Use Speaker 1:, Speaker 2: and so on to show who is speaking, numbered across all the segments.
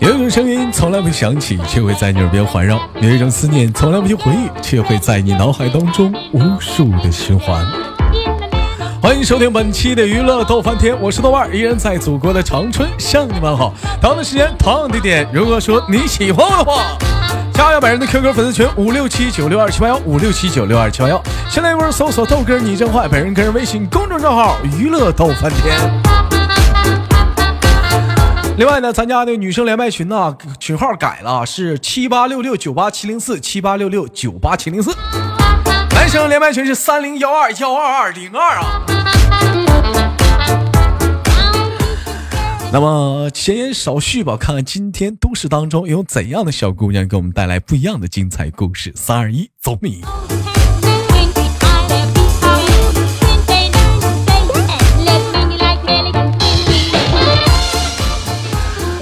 Speaker 1: 种声音从来不响起，却会在你耳边环绕；有一种思念从来不去回忆，却会在你脑海当中无数的循环。欢迎收听本期的娱乐逗翻天，我是豆瓣儿，依然在祖国的长春向你们好。同样的时间，同样地点，如果说你喜欢我的话，加一下本人的 QQ 粉丝群五六七九六二七八幺五六七九六二七八幺，新浪微博搜索豆哥你真坏，本人个人微信公众账号娱乐逗翻天。另外呢，咱家的女生连麦群呐、群号改了啊，是七八六六九八七零四七八六六九八七零四。男生连麦群是三零幺二幺二二零二啊。那么闲言少叙吧，看看今天都市当中有怎样的小姑娘给我们带来不一样的精彩故事。三二一，走你！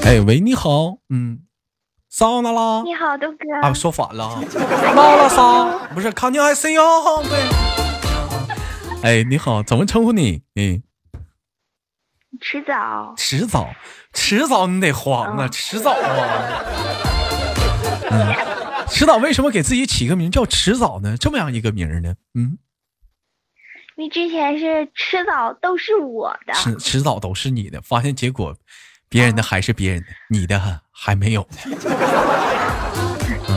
Speaker 1: 哎喂，你好，嗯，桑娜拉
Speaker 2: 你好，豆哥。
Speaker 1: 啊，说反了啊，拉拉莎不是康宁还 C 哦呗。哎，你好，怎么称呼你？嗯，
Speaker 2: 迟早
Speaker 1: 迟早，迟早你得黄啊，迟早啊。嗯，迟早为什么给自己起个名叫迟早呢？这么样一个名儿呢？嗯，
Speaker 2: 因为之前是迟早都是我的，
Speaker 1: 迟迟早都是你的，发现结果，别人的还是别人的，你的还没有。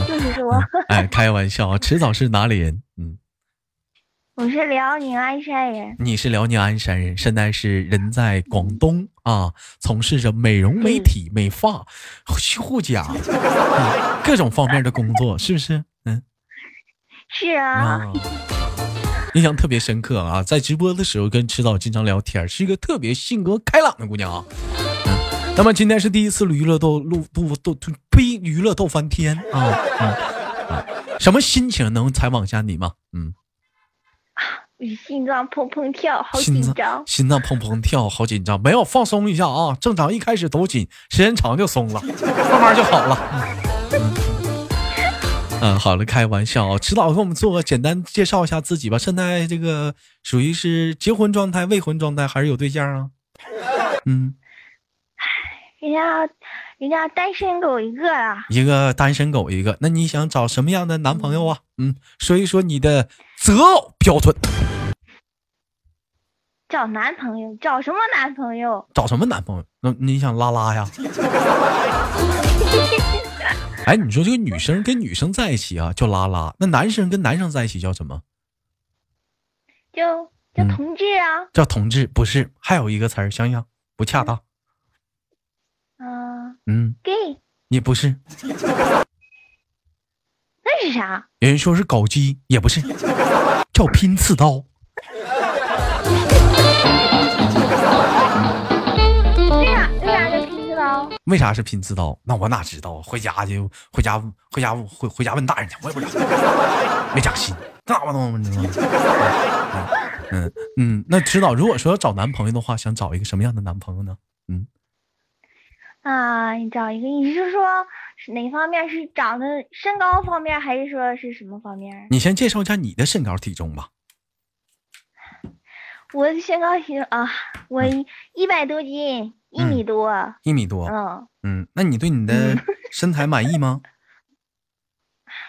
Speaker 2: 就是 说
Speaker 1: 哎，开玩笑啊，迟早是哪里人？嗯，
Speaker 2: 我是辽宁鞍山人，
Speaker 1: 你是辽宁鞍山人，现在是人在广东啊，从事着美容、美体、美发、护甲、嗯各种方面的工作，是不是？嗯
Speaker 2: 是啊，
Speaker 1: 啊，印象特别深刻啊，在直播的时候跟迟早经常聊天，是一个特别性格开朗的姑娘啊。嗯，那么今天是第一次娱乐斗录录斗斗呸，娱乐斗翻天啊嗯啊，什么心情能采访下你吗？嗯。
Speaker 2: 与心脏砰砰跳，好
Speaker 1: 心
Speaker 2: 紧
Speaker 1: 脏
Speaker 2: 张。
Speaker 1: 心脏砰砰跳，好紧张。没有放松一下啊，正常一开始都紧，时间长就松了，慢慢就好了。嗯，嗯好了，开玩笑啊。迟早给我们做个简单介绍一下自己吧。现在这个属于是结婚状态、未婚状态，还是有对象啊？嗯，
Speaker 2: 人家人家单身狗一个啊，
Speaker 1: 一个单身狗，一个。那你想找什么样的男朋友啊？嗯，说一说你的择偶标准，
Speaker 2: 找男朋友，找什么男朋友？
Speaker 1: 找什么男朋友？那你想拉拉呀？哎，你说这个女生跟女生在一起啊叫拉拉，那男生跟男生在一起叫什么？
Speaker 2: 就就
Speaker 1: 嗯
Speaker 2: 同志啊，
Speaker 1: 叫同志？不是，还有一个词儿，想想不恰当。
Speaker 2: 嗯
Speaker 1: 嗯，
Speaker 2: ，gay，
Speaker 1: 也不是，
Speaker 2: 那是啥？
Speaker 1: 有人说是搞基，也不是，叫拼刺刀。
Speaker 2: 为啥为啥叫拼刺刀？
Speaker 1: 为啥是拼刺刀？那我哪知道？回家去，回家回家回回家问大人去，我也不知道，没长心，那玩意儿你知道吗？嗯嗯，那知道，如果说要找男朋友的话，想找一个什么样的男朋友呢？嗯，
Speaker 2: 啊，你找一个，你是说是哪方面？是长得身高方面，还是说是什么方面？
Speaker 1: 你先介绍一下你的身高体重吧。
Speaker 2: 我的身高体重啊，我
Speaker 1: 嗯
Speaker 2: 一百多斤，一米多，
Speaker 1: 一米多，
Speaker 2: 嗯，
Speaker 1: 嗯，那你对你的身材满意吗？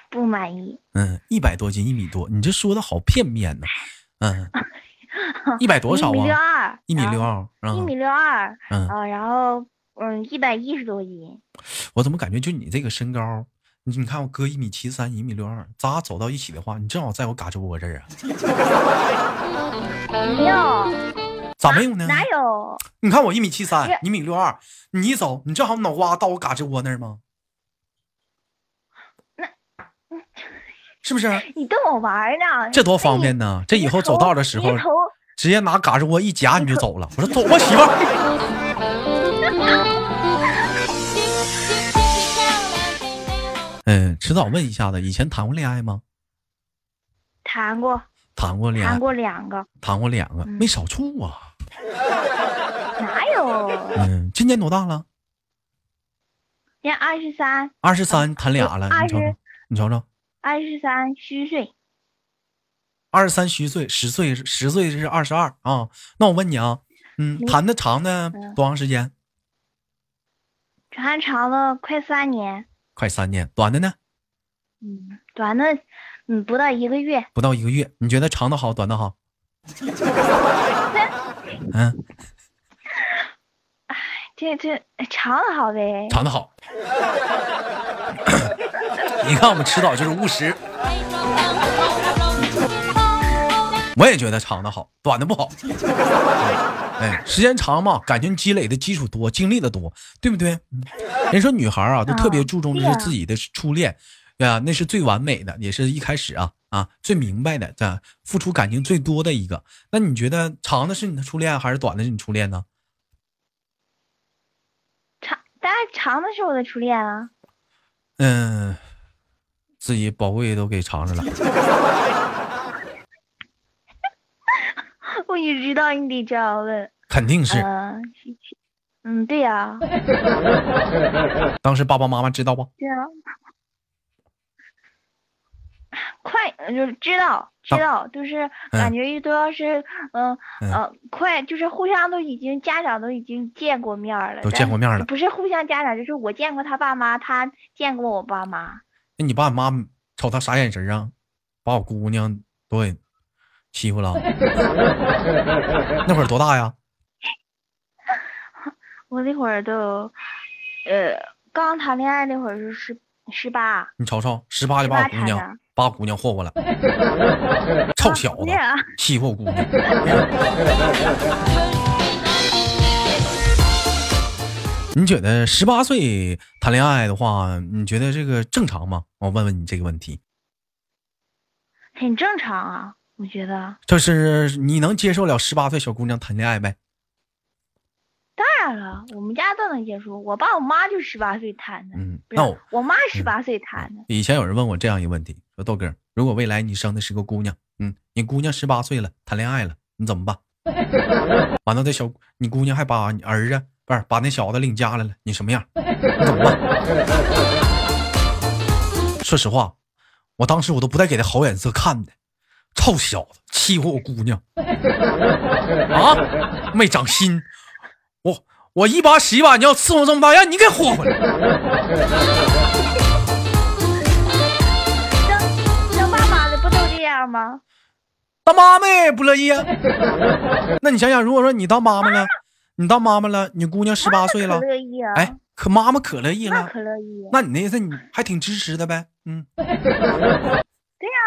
Speaker 2: 不满意。
Speaker 1: 嗯，一百多斤，一米多，你这说的好片面呢。 嗯，一百多少
Speaker 2: 一米六
Speaker 1: 啊？
Speaker 2: 二，
Speaker 1: 一米
Speaker 2: 然
Speaker 1: 六
Speaker 2: 后，
Speaker 1: 二啊
Speaker 2: 一？米六二，
Speaker 1: 嗯，
Speaker 2: 啊，然后嗯，一百一十多斤，
Speaker 1: 我怎么感觉就你这个身高，你你看我哥一米七三，一米六二，咱俩走到一起的话，你正好在我嘎吱窝这儿啊？嗯
Speaker 2: 没有，
Speaker 1: 咋没有呢？
Speaker 2: 哎哪哎有？
Speaker 1: 你看我一米七
Speaker 2: 不是
Speaker 1: 三，一米六二，你一走，你正好脑瓜到我嘎吱窝那儿吗？
Speaker 2: 那
Speaker 1: 是不是？
Speaker 2: 你逗我玩儿呢？
Speaker 1: 这多方便呢！这
Speaker 2: 你
Speaker 1: 以后走道的时
Speaker 2: 你
Speaker 1: 候
Speaker 2: 的，头
Speaker 1: 直接拿嘎吱窝一夹你就走了。我说走吧，媳妇儿。嗯，迟早问一下子，以前谈过恋爱吗？
Speaker 2: 谈过，
Speaker 1: 谈过恋
Speaker 2: 谈
Speaker 1: 爱，
Speaker 2: 过两个，
Speaker 1: 谈过两个，
Speaker 2: 嗯
Speaker 1: 没少处啊。
Speaker 2: 哪有？
Speaker 1: 嗯，今年多大了？
Speaker 2: 人二十三，
Speaker 1: 二十三，谈俩了。
Speaker 2: 我
Speaker 1: 你瞅瞅你瞅
Speaker 2: 20，
Speaker 1: 瞅，
Speaker 2: 二十三虚岁，
Speaker 1: 二十三虚岁，十岁是十岁是二十二啊。那我问你啊，嗯，
Speaker 2: 没
Speaker 1: 谈的长的多长时间？
Speaker 2: 长还长了快三年，
Speaker 1: 快三年，短的呢
Speaker 2: 嗯，短的，嗯，不到一个月。
Speaker 1: 不到一个月，你觉得长的好，短的 好？嗯，
Speaker 2: 这这长的好呗，
Speaker 1: 长的好。 你看我们迟早就是务实，我也觉得长的好，短的不 好。哎，时间长嘛，感情积累的基础多，经历的多，对不对？嗯人说女孩啊，都特别注重的
Speaker 2: 对
Speaker 1: 是
Speaker 2: 啊
Speaker 1: 自己的初恋，啊，那是最完美的，也是一开始啊啊最明白的，啊、付出感情最多的一个。那你觉得长的是你的初恋，还是短的是你初恋呢？
Speaker 2: 长当然长的是我的初恋啊。
Speaker 1: 嗯，自己宝贵都给尝着了。
Speaker 2: 我就知道你得这样问。
Speaker 1: 肯定是，
Speaker 2: 嗯、是是嗯，对呀、
Speaker 1: 当时爸爸妈妈知道不？
Speaker 2: 对呀、快呃就是知道知
Speaker 1: 当
Speaker 2: 道，就是感觉都要是嗯
Speaker 1: 啊嗯
Speaker 2: 呃快，就是互相都已经家长都已经见过面儿了，
Speaker 1: 都
Speaker 2: 但
Speaker 1: 见过面儿了
Speaker 2: 不是互相家长，就是我见过他爸妈，他见过我爸妈。
Speaker 1: 那你爸妈瞅他啥眼神啊？把我姑娘都给欺 负了。那会儿多大呀？
Speaker 2: 我那会儿都有，呃，刚谈恋爱那会儿是十十八，
Speaker 1: 你瞅瞅，十八就把我姑
Speaker 2: 18才
Speaker 1: 娘
Speaker 2: 呢
Speaker 1: 把我姑娘霍霍了，臭小子
Speaker 2: 对呀、
Speaker 1: 欺负我 姑娘。你觉得十八岁谈恋爱的话，你觉得这个正常吗？我问问你这个问题，
Speaker 2: 很正常啊，我觉得。
Speaker 1: 就是你能接受了十八岁小姑娘谈恋爱呗？
Speaker 2: 当然了，我们家都能接受，我爸我妈就十八岁谈的，
Speaker 1: 嗯，
Speaker 2: 不是
Speaker 1: 那我
Speaker 2: 我妈十八岁谈的，
Speaker 1: 以前有人问我这样一个问题，说豆哥，如果未来你生的是个姑娘，嗯，你姑娘十八岁了，谈恋爱了，你怎么办？ 完了，这小你姑娘还把你儿子不是把那小子领家来了，你什么样？你怎么办？ 说实话，我当时我都不带给他好眼色看的，臭小子欺负我姑娘 啊，没长心！我我一把屎一把尿，伺候这么大，让你给霍霍了。嗯
Speaker 2: 当当爸妈的不都这样吗？
Speaker 1: 当妈妈也不乐意啊。那你想想，如果说你当妈妈了，你当妈妈了，你姑娘十八岁了
Speaker 2: 可，乐意啊，
Speaker 1: 哎，可妈妈可乐意
Speaker 2: 那
Speaker 1: 了，
Speaker 2: 可乐意啊，
Speaker 1: 那你那意思你还挺支持的呗？嗯，对呀、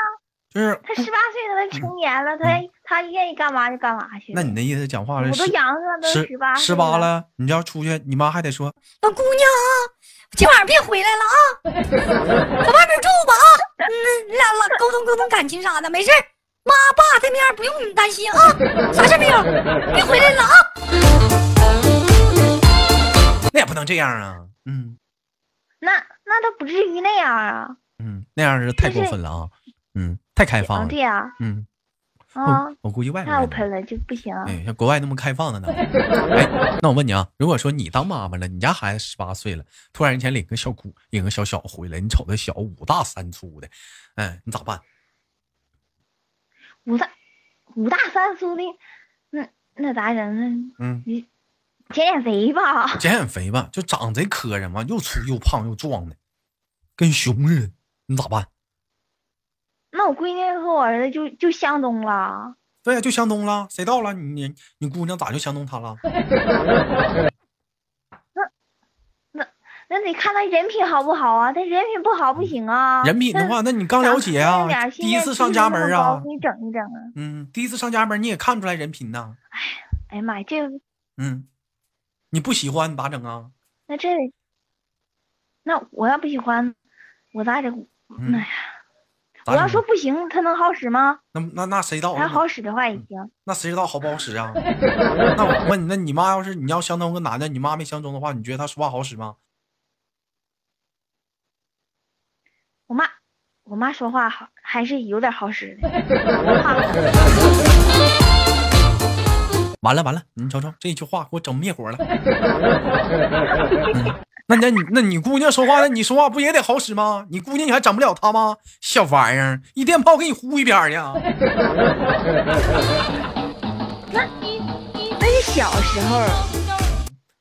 Speaker 1: 就是
Speaker 2: 他十八岁了，他成年了，他他愿意干嘛就干嘛去。
Speaker 1: 嗯那你那意思讲话
Speaker 2: 我
Speaker 1: 是
Speaker 2: 都
Speaker 1: 十
Speaker 2: 养他都
Speaker 1: 十
Speaker 2: 八
Speaker 1: 十
Speaker 2: 十
Speaker 1: 八
Speaker 2: 了，
Speaker 1: 了，你要出去，你妈还得说
Speaker 3: 我姑娘啊，今晚上别回来了啊，在外面住吧啊。嗯，你俩老沟通沟通感情啥的，没事儿妈爸在面儿不用你担心啊，啥事儿没有，别回来了啊。
Speaker 1: 那也不能这样啊，嗯
Speaker 2: 那那他不至于那样啊，
Speaker 1: 嗯，那样是太过分了啊，嗯，太开放
Speaker 2: 啊
Speaker 1: 了
Speaker 2: 对，呀，
Speaker 1: 嗯，
Speaker 2: 啊
Speaker 1: 我，我估计外面
Speaker 2: 那我
Speaker 1: 人
Speaker 2: 喷了就不行。
Speaker 1: 哎，像国外那么开 放的呢。哎，那我问你啊，如果说你当妈妈了，你家孩子十八岁了，突然间领个小姑，领个小小回来，你瞅他小五大三粗的，哎，你咋办？
Speaker 2: 五大五大三粗的，那那咋整？
Speaker 1: 嗯，
Speaker 2: 那减减肥吧。
Speaker 1: 减减肥吧，就长贼磕碜嘛，又粗又胖又壮的，跟熊似的，你咋办？
Speaker 2: 那我闺女和我儿子就就相中了，
Speaker 1: 对呀、就相中了，谁到了你你你姑娘咋就相中他了？
Speaker 2: 那得看他人品好不好啊。他人品不好不行啊。
Speaker 1: 嗯人品的话，那你刚了解
Speaker 2: 长大
Speaker 1: 啊，
Speaker 2: 点
Speaker 1: 第一次上家门
Speaker 2: 现在技术那么
Speaker 1: 啊
Speaker 2: 高，给你整一整啊。
Speaker 1: 嗯，第一次上家门你也看出来人品呐，
Speaker 2: 哎呀妈呀，这
Speaker 1: 嗯，你不喜欢咋整啊？
Speaker 2: 那这，那我要不喜欢，我咋整？
Speaker 1: 嗯
Speaker 2: 哎呀，
Speaker 1: 咋
Speaker 2: 我要
Speaker 1: 整啊
Speaker 2: 说不行，他能好使吗？
Speaker 1: 那那那谁到了
Speaker 2: 他
Speaker 1: 呢？
Speaker 2: 好使的话
Speaker 1: 嗯
Speaker 2: 也行。
Speaker 1: 那谁知道好不好使啊？那我 问你，那你妈要是你要相中个男的，你妈没相中的话，你觉得他说话好使吗？
Speaker 2: 我妈，我妈说话好，还是有点好使的。我怕她
Speaker 1: 完了完了，你瞅瞅这一句话给我整灭火了。 嗯那那你那你姑娘说话，那你说话不也得好使吗？你姑娘你还整不了她吗？小玩意儿，一电炮给你呼一边儿去啊！
Speaker 2: 哎啊那是小时候，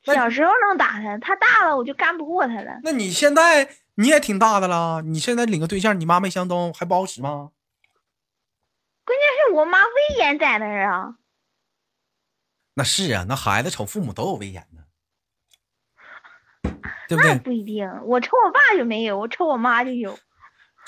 Speaker 4: 那
Speaker 2: 小时候能打他，他大了我就干不过他了。
Speaker 1: 那你现在你也挺大的了，你现在领个对象，你妈没相中还不好使吗？
Speaker 2: 关键是我妈威严在那儿啊，
Speaker 1: 那是啊，那孩子瞅父母都有威严呢，对不
Speaker 2: 那
Speaker 1: 对？
Speaker 2: 不一定。我瞅我爸就没有，我瞅我妈就有。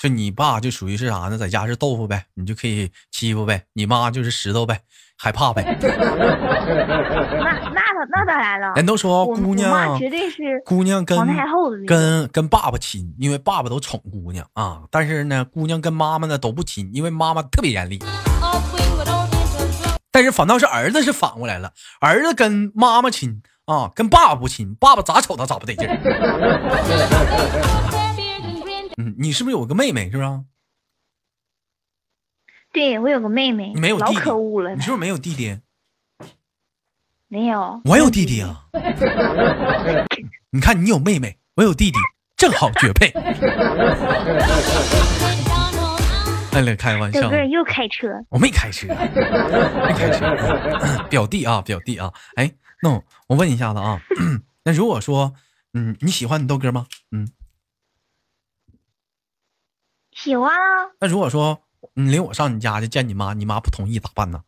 Speaker 1: 就你爸就属于是啥呢？在家是豆腐呗，你就可以欺负呗；你妈就是石头呗，害怕
Speaker 2: 哎
Speaker 1: 呗。
Speaker 2: 那那那当然了，
Speaker 1: 人都说
Speaker 2: 我
Speaker 1: 哎姑
Speaker 2: 我妈
Speaker 1: 娘，
Speaker 2: 绝对是
Speaker 1: 姑娘跟
Speaker 2: 皇太后的那种。
Speaker 1: 跟跟爸爸亲，因为爸爸都宠姑娘啊。但是呢，姑娘跟妈妈呢都不亲，因为妈妈特别严厉。但是反倒是儿子是反过来了，儿子跟妈妈亲啊，跟爸爸不亲，爸爸咋瞅他咋不得 劲儿。嗯，你是不是有个妹妹？是不是啊？
Speaker 2: 对我有个妹妹，
Speaker 1: 你没有
Speaker 2: 老
Speaker 1: 弟弟？
Speaker 2: 可恶了
Speaker 1: 你，是不是没有弟弟？
Speaker 2: 没有。
Speaker 1: 我有弟弟啊！嗯你看你有妹妹，我有弟弟，正好绝配。 哎呀，开玩
Speaker 2: 整
Speaker 1: 笑
Speaker 2: 个，人又开车，
Speaker 1: 我没开车，啊没开车。表弟啊，表弟啊，哎，那我我问一下子啊， 那如果说，嗯，你喜欢你豆哥吗？嗯，
Speaker 2: 喜欢啊，
Speaker 1: 那如果说你领我上你家去见你妈，你妈不同意咋办呢？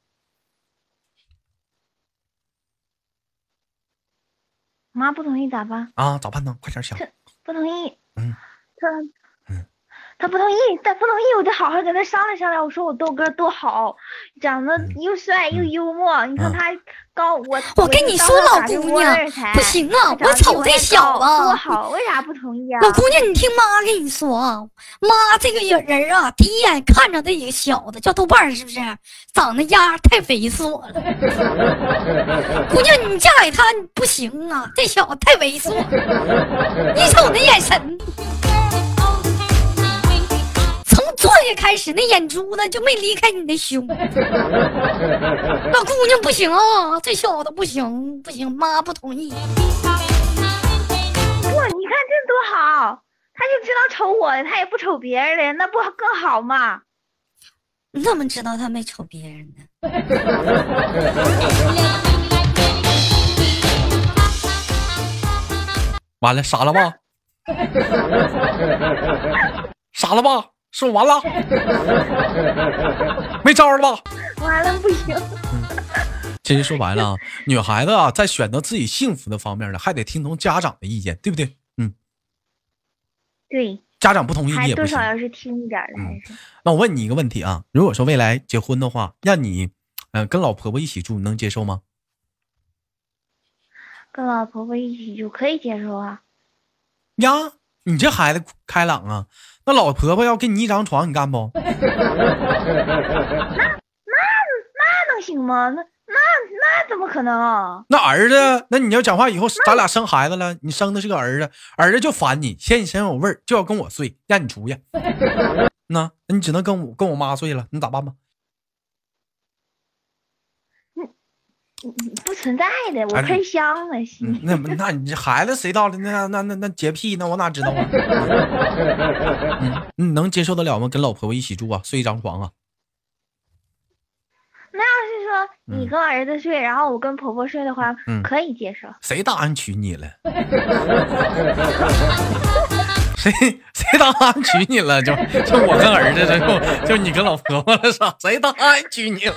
Speaker 2: 妈不同意咋办？
Speaker 1: 啊，咋办呢？快点想。
Speaker 2: 不同意，
Speaker 1: 嗯
Speaker 2: 他
Speaker 1: 嗯
Speaker 2: 他不同意，他不同意，我就好好跟他商量商量。我说我豆哥多好，长得又帅又幽默，你看
Speaker 1: 嗯
Speaker 2: 他高我，
Speaker 3: 我跟你
Speaker 2: 就
Speaker 3: 说，
Speaker 2: 当
Speaker 3: 老
Speaker 2: 场就
Speaker 3: 姑
Speaker 2: 窝
Speaker 3: 娘
Speaker 2: 那儿才
Speaker 3: 不行啊，
Speaker 2: 他
Speaker 3: 我
Speaker 2: 长得比
Speaker 3: 瞅
Speaker 2: 还
Speaker 3: 这小
Speaker 2: 高
Speaker 3: 啊
Speaker 2: 哦多
Speaker 3: 子。
Speaker 2: 好，为啥不同意啊？
Speaker 3: 老姑娘，你听妈跟你说啊，妈这个人啊，第一眼看着这个小子叫豆瓣儿是不是？长得丫太猥琐了。姑娘，你嫁给他你不行啊，这小子太猥琐了。你瞅那眼神，从坐下开始，那眼珠子就没离开你的胸。老姑娘不行啊，这小子不行不行，妈不同意。
Speaker 2: 不，你看这多好，他就知道瞅我的，他也不瞅别人的，那不更好吗？
Speaker 3: 你怎么知道他没瞅别人呢？
Speaker 1: 完了，傻了吧？傻了吧？是不是完了？没招儿了吧？
Speaker 2: 完了不行，
Speaker 1: 其实说白了啊，女孩子啊，在选择自己幸福的方面呢，还得听从家长的意见，对不对？嗯，
Speaker 2: 对，
Speaker 1: 家长不同意你
Speaker 2: 还
Speaker 1: 也不
Speaker 2: 多
Speaker 1: 行嗯
Speaker 2: 少。要是听一点儿的，还是
Speaker 1: 那我问你一个问题啊，如果说未来结婚的话，让你，嗯、跟老婆婆一起住，你能接受吗？
Speaker 2: 跟老婆婆一起就可以接受啊。
Speaker 1: 呀，你这孩子开朗啊！那老婆婆要跟你一张床，你干不？
Speaker 2: 那能行吗？那那那怎么可能啊？
Speaker 1: 那儿子，那你要讲话以后，咱俩生孩子了，你生的是个儿子，儿子就烦你，嫌你身上有味儿，就要跟我睡，让你出去。 那那你只能跟我跟我妈睡了，你咋办吧？
Speaker 2: 不存在的，我喷香了，
Speaker 1: 嗯
Speaker 2: 心、
Speaker 1: 那不那你这孩子谁到了？那那那那洁癖，那我哪知道啊？ 嗯，你能接受得了吗？跟老婆婆一起住啊，睡一张床啊？
Speaker 2: 那要是说
Speaker 1: 嗯
Speaker 2: 你跟儿子睡，然后我跟婆婆睡的话，
Speaker 1: 嗯
Speaker 2: 可以接受。
Speaker 1: 谁答应娶你了？ 谁谁答应娶你了？就就我跟儿子，就就你跟老婆婆了，啥？谁答应娶你了？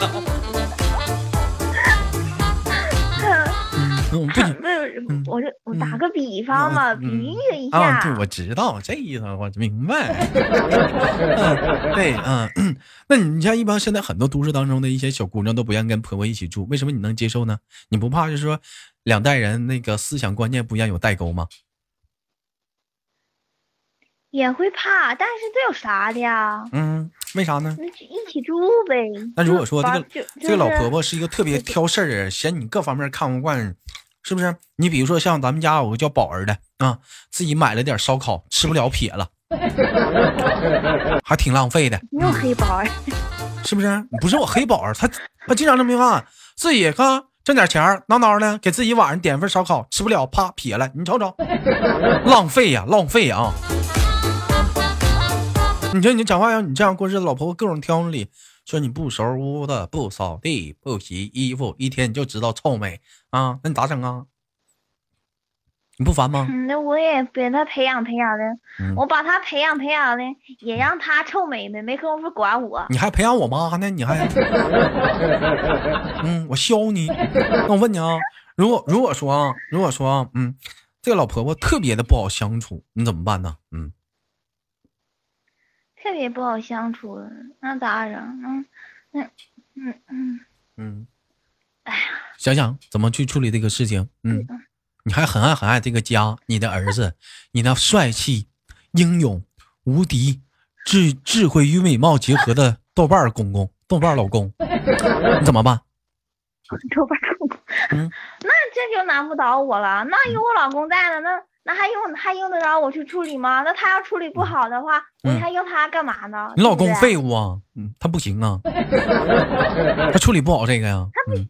Speaker 1: 嗯，我不
Speaker 2: 不是
Speaker 1: 嗯，
Speaker 2: 我这我打
Speaker 1: 嗯
Speaker 2: 个比方嘛，
Speaker 1: 嗯
Speaker 2: 比喻一
Speaker 1: 啊，对，
Speaker 2: 下。
Speaker 1: 我知道这意思，我明白。嗯，对，嗯， 那你像一般现在很多都市当中的一些小姑娘都不愿意跟婆婆一起住，为什么你能接受呢？你不怕就是说两代人那个思想观念不一样有代沟吗？
Speaker 2: 也会怕，但是这有啥的呀？
Speaker 1: 嗯，为啥呢？
Speaker 2: 那就一起住呗。
Speaker 1: 那如果说
Speaker 2: 就
Speaker 1: 这
Speaker 2: 把
Speaker 1: 个
Speaker 2: 就
Speaker 1: 这个老婆，
Speaker 2: 就是
Speaker 1: 婆是一个特别挑事儿的，嫌你各方面看不惯，是不是？你比如说像咱们家有个叫宝儿的啊，自己买了点烧烤，吃不了撇了， 还挺浪费的。
Speaker 2: 你有黑包儿，
Speaker 1: 是不是？不是我黑宝儿，他他经常这么干，自己看挣点钱儿，孬孬的给自己晚上点份烧烤，吃不了，啪撇了，你瞅瞅，浪费呀、浪费呀啊！你说你讲话要你这样过日子，老婆婆各种挑你，说你不收屋子，不扫地，不洗衣服，一天你就知道臭美啊，那你咋整啊？你不烦吗？
Speaker 2: 嗯，那我也给他培养培养的，
Speaker 1: 嗯
Speaker 2: 我把他培养培养的，也让他臭美美，没工夫管我。
Speaker 1: 你还培养我妈呢？你还，嗯，我削你。那我问你啊，如果如果说啊，如果说啊，嗯，这个老婆婆特别的不好相处，你怎么办呢？嗯，
Speaker 2: 特别不好相处，那咋整？嗯，那，嗯嗯，
Speaker 1: 嗯，想想怎么去处理这个事情。 嗯，你还很爱很爱这个家，你的儿子，你那帅气、英勇、无敌、智智慧与美貌结合的豆瓣儿公公、豆瓣儿老公，你怎么办？
Speaker 2: 豆瓣儿公公
Speaker 1: 嗯，
Speaker 2: 那这就难不倒我了。那有我老公在呢，那那还用还用得着我去处理吗？那他要处理不好的话，我
Speaker 1: 嗯
Speaker 2: 还用他干嘛呢？
Speaker 1: 你老
Speaker 2: 对
Speaker 1: 公
Speaker 2: 不对
Speaker 1: 废物啊，嗯，他不行啊，他处理不好这个呀，嗯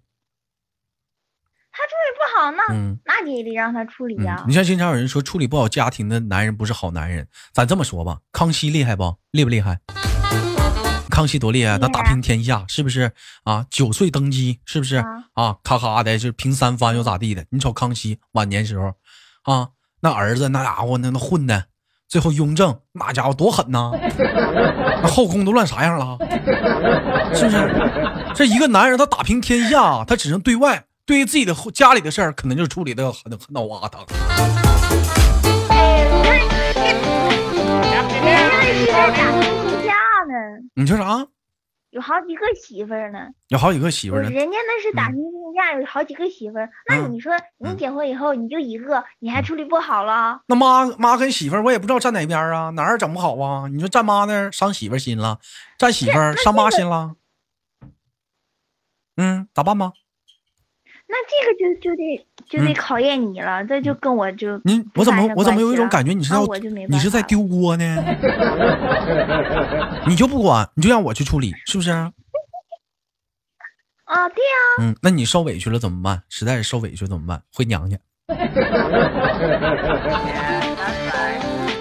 Speaker 2: 他处理不好，那、
Speaker 1: 嗯
Speaker 2: 那你也得让他处理呀、
Speaker 1: 嗯。你像经常有人说处理不好家庭的男人不是好男人，咱这么说吧，康熙厉害不？厉不厉害？康熙多厉害，
Speaker 2: 厉
Speaker 1: 他
Speaker 2: 害啊
Speaker 1: 打拼天下，是不是啊？九岁登基，是不是
Speaker 2: 啊
Speaker 1: 啊？咔咔的就平三藩又咋地的？你瞅康熙晚年时候，啊，那儿子那家伙那那混的，最后雍正那家伙多狠呐、那后宫都乱啥样了，是不是？这一个男人他打拼天下，他只能对外，对于自己的后家里的事儿，可能就处理的很很脑瓜疼。
Speaker 2: 哎，那那是在打拼天下呢，
Speaker 1: 你说啥？
Speaker 2: 有好几个媳妇儿呢。
Speaker 1: 有好几个媳妇儿呢？嗯
Speaker 2: 人家那是打拼天下，有好几个媳妇儿。那你说你结婚以后你就一个，你
Speaker 1: 嗯
Speaker 2: 还处理不好了？
Speaker 1: 那妈妈跟媳妇儿，我也不知道站哪边儿啊，哪儿整不好啊？你说站妈那儿伤媳妇儿心了，站媳妇儿伤妈心了，嗯，咋办吧？
Speaker 2: 那这个就就得就得考验你了，这就跟我就
Speaker 1: 嗯你我怎么我怎么有一种感觉你是
Speaker 2: 啊那
Speaker 1: 要
Speaker 2: 我就没办
Speaker 1: 你是在
Speaker 2: 法
Speaker 1: 丢锅呢？ 你就不管，你就让我去处理，是不是？
Speaker 2: 啊？对呀、
Speaker 1: 嗯，那你受委屈了怎么办？实在是受委屈了怎么办？回 娘家，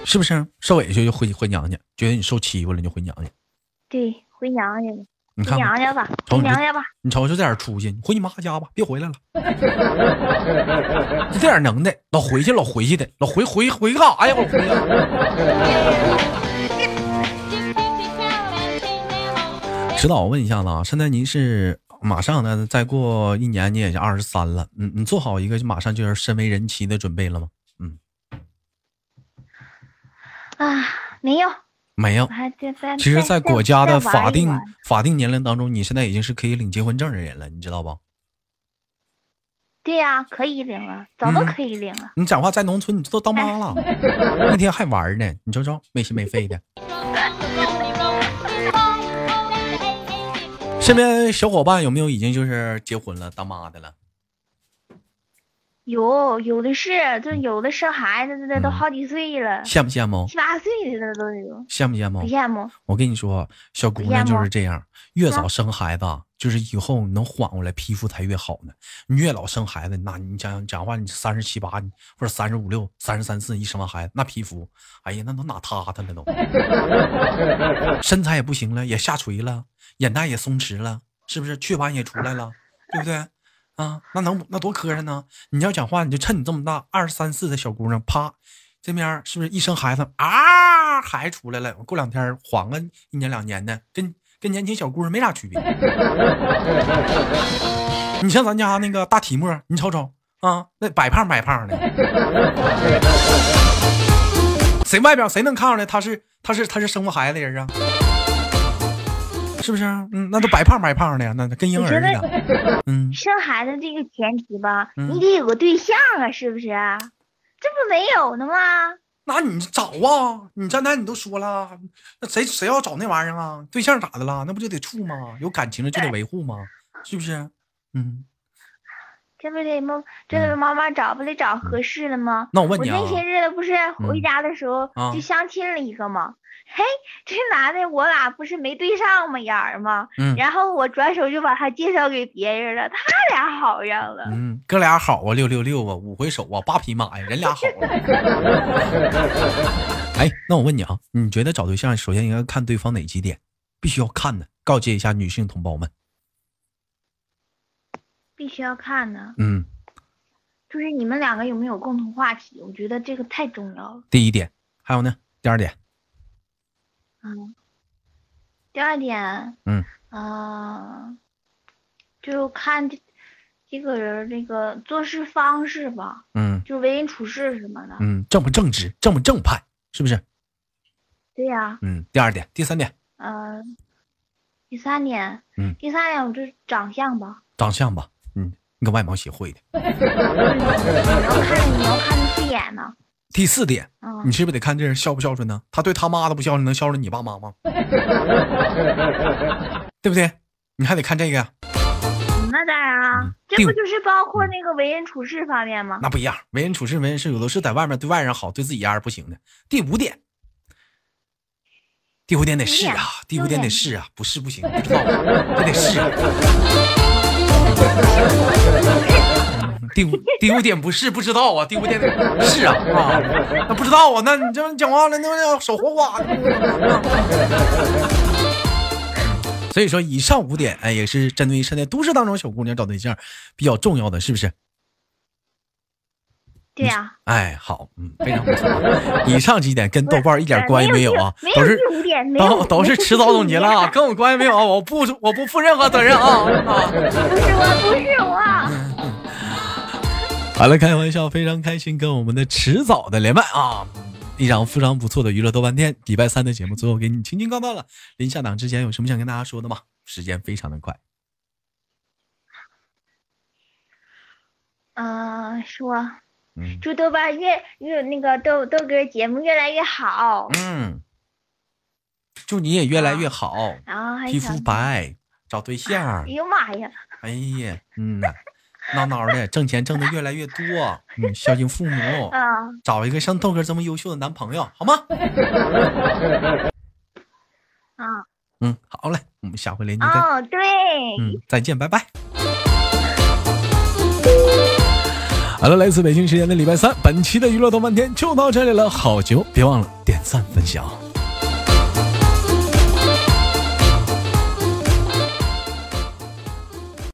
Speaker 1: 是不是？受委屈就回回娘家，觉得你受欺负了你就回娘家。
Speaker 2: 对，回娘家吧，
Speaker 1: 你
Speaker 2: 回
Speaker 1: 看看
Speaker 2: 娘，家吧，
Speaker 1: 瞅
Speaker 2: 回
Speaker 1: 你这
Speaker 2: 娘家吧。
Speaker 1: 你瞅就这点出息，你回你妈家吧，别回来了。 就这点能耐，老回去老回去的，老回回回干啥呀？我回呀！指导，我问一下子啊，现在您是马上呢，再过一年你也就二十三了，嗯，你做好一个马上就要身为人妻的准备了吗？
Speaker 2: 啊，没有，
Speaker 1: 没有
Speaker 2: 我。还在在。
Speaker 1: 其实，在
Speaker 2: 嗯在
Speaker 1: 国家的法定
Speaker 2: 啊
Speaker 1: 法定年龄当中，你现在已经是可以领结婚证的人了，你知道不？
Speaker 2: 对呀、可以领了，早都
Speaker 1: 嗯
Speaker 2: 可以领了。
Speaker 1: 你讲话在农村，你都当妈 了，那天还玩呢，你瞅瞅，没心没肺的。身边小伙伴有没有已经就是结婚了、当妈的了？
Speaker 2: 有有的是，就有的生孩子的都
Speaker 1: 嗯哦
Speaker 2: 好几岁了，
Speaker 1: 羡不羡慕？
Speaker 2: 七八岁的都有，
Speaker 1: 羡不羡慕
Speaker 2: 不？羡慕？
Speaker 1: 我跟你说，啊小姑娘
Speaker 2: 不羡慕
Speaker 1: 就是这样，越早生孩子啊，就是以后你能缓过来，皮肤才越好呢。你越老生孩子，那你讲讲话，你三十七八或者三十五六、三十三四，一生完孩子，那皮肤，哎呀，那都哪塌塌了 都，身材也不行了，也下垂了，眼袋也松弛了，是不是？雀斑也出来了，对不对？啊，那能那多磕碜呢？你要讲话，你就趁你这么大二十三四的小姑娘，啪，这面儿是不是一生孩子啊，孩子出来了，过两天儿缓个一年两年的，跟跟年轻小姑儿没啥区别。 你像咱家那个大提莫，你瞅瞅啊，那白胖白胖的，谁外表谁能看出来他是他是他是生过孩子的人啊？是不是啊？嗯，那都白胖白胖的，那那跟婴儿似
Speaker 2: 我
Speaker 1: 的。嗯，
Speaker 2: 生孩子这个前提吧，
Speaker 1: 嗯
Speaker 2: 你得有个对象啊，是不是啊？这不没有呢吗？
Speaker 1: 那你找啊！你刚才你都说了，那谁谁要找那玩意儿啊？对象咋的了？那不就得处吗？有感情了就得维护吗？是不是？嗯，
Speaker 2: 这不得妈，这
Speaker 1: 嗯
Speaker 2: 得妈妈找，不得找合适的吗？
Speaker 1: 那我问你啊
Speaker 2: 那，些日子不是回
Speaker 1: 嗯
Speaker 2: 家的时候
Speaker 1: 啊
Speaker 2: 就相亲了一个吗？嘿，这男的我俩不是没对上吗？眼儿吗？
Speaker 1: 嗯
Speaker 2: 然后我转手就把他介绍给别人了，他俩好上了。
Speaker 1: 嗯，哥俩好啊，六六六啊，五回手啊，八匹马呀，人俩好啊。 哎，那我问你啊，你觉得找对象首先应该看对方哪几点？必须要看的，告诫一下女性同胞们。
Speaker 2: 必须要看呢。
Speaker 1: 嗯，
Speaker 2: 就是你们两个有没有共同话题？我觉得这个太重要了。
Speaker 1: 第一点，还有呢，第二点，
Speaker 2: 第二点，
Speaker 1: 嗯，
Speaker 2: 呃，就看这这个人这个做事方式吧，
Speaker 1: 嗯
Speaker 2: 就为人处事什么的。
Speaker 1: 嗯，正不正直，正不正派，是不是？
Speaker 2: 对呀、
Speaker 1: 嗯，第二点，第三点，
Speaker 2: 呃，第三点，
Speaker 1: 嗯
Speaker 2: 第三点我就长相吧，
Speaker 1: 长相吧，嗯，你跟外貌协会的。
Speaker 2: 你要看你要看得顺眼呢，
Speaker 1: 第四点，
Speaker 2: 嗯，
Speaker 1: 你是不是得看这人孝不孝顺呢？他对他妈都不孝顺，能孝顺你爸妈吗？对不对？你还得看这个呀，
Speaker 2: 那当然
Speaker 1: 嗯
Speaker 2: 啊，这
Speaker 1: 第
Speaker 2: 不
Speaker 1: 五
Speaker 2: 就是包括那个为人处事方面吗？
Speaker 1: 那不一样。为人处事，为人是有的是在外面对外人好，对自己家人不行的。第五点，第五点得
Speaker 2: 五
Speaker 1: 是
Speaker 2: 点
Speaker 1: 啊，第
Speaker 2: 六
Speaker 1: 五点得
Speaker 2: 点
Speaker 1: 是啊，不是不行，不知道啊，这得是啊。第五第五点不是不知道啊，第五点得是啊啊，那不知道啊，那你这讲话了，那 要手火花的。所以说，以上五点，哎，也是针对于现在都市当中小姑娘找对象比较重要的，是不是？
Speaker 2: 对呀、
Speaker 1: 哎，好，嗯，非常不错。以上几点跟豆瓣儿一点关系没有啊
Speaker 2: 没，有
Speaker 1: 都是
Speaker 2: 第五点没有
Speaker 1: 都都是迟早总结了 啊，跟我关系没有啊，我不我不负任何责任啊啊。
Speaker 2: 不是我，不是我。
Speaker 1: 好了，开玩笑，非常开心跟我们的迟早的连麦啊，一场非常不错的娱乐豆瓣天。礼拜三的节目最后给你轻轻告到了，临下档之前有什么想跟大家说的吗？时间非常的快，
Speaker 2: 嗯，说
Speaker 1: 嗯
Speaker 2: 祝豆瓣越越那个豆豆哥节目越来越好，
Speaker 1: 嗯，祝你也越来越好，
Speaker 2: 然后还
Speaker 1: 皮肤
Speaker 2: 想，
Speaker 1: 白，找对象
Speaker 2: 哎。呦妈呀，
Speaker 1: 哎呀， 嗯呐，闹闹的，挣钱挣的越来越 多，嗯，孝敬父母，
Speaker 2: 啊，
Speaker 1: 找一个像豆哥这么优秀的男朋友，好 吗？
Speaker 2: 啊，
Speaker 1: 嗯，好嘞，我们下回连接再，
Speaker 2: 哦，对，
Speaker 1: 嗯，再见，拜拜。好了，来自北京时间的礼拜三，本期的娱乐豆瓣天就到这里了。好节目，别忘了点赞分享。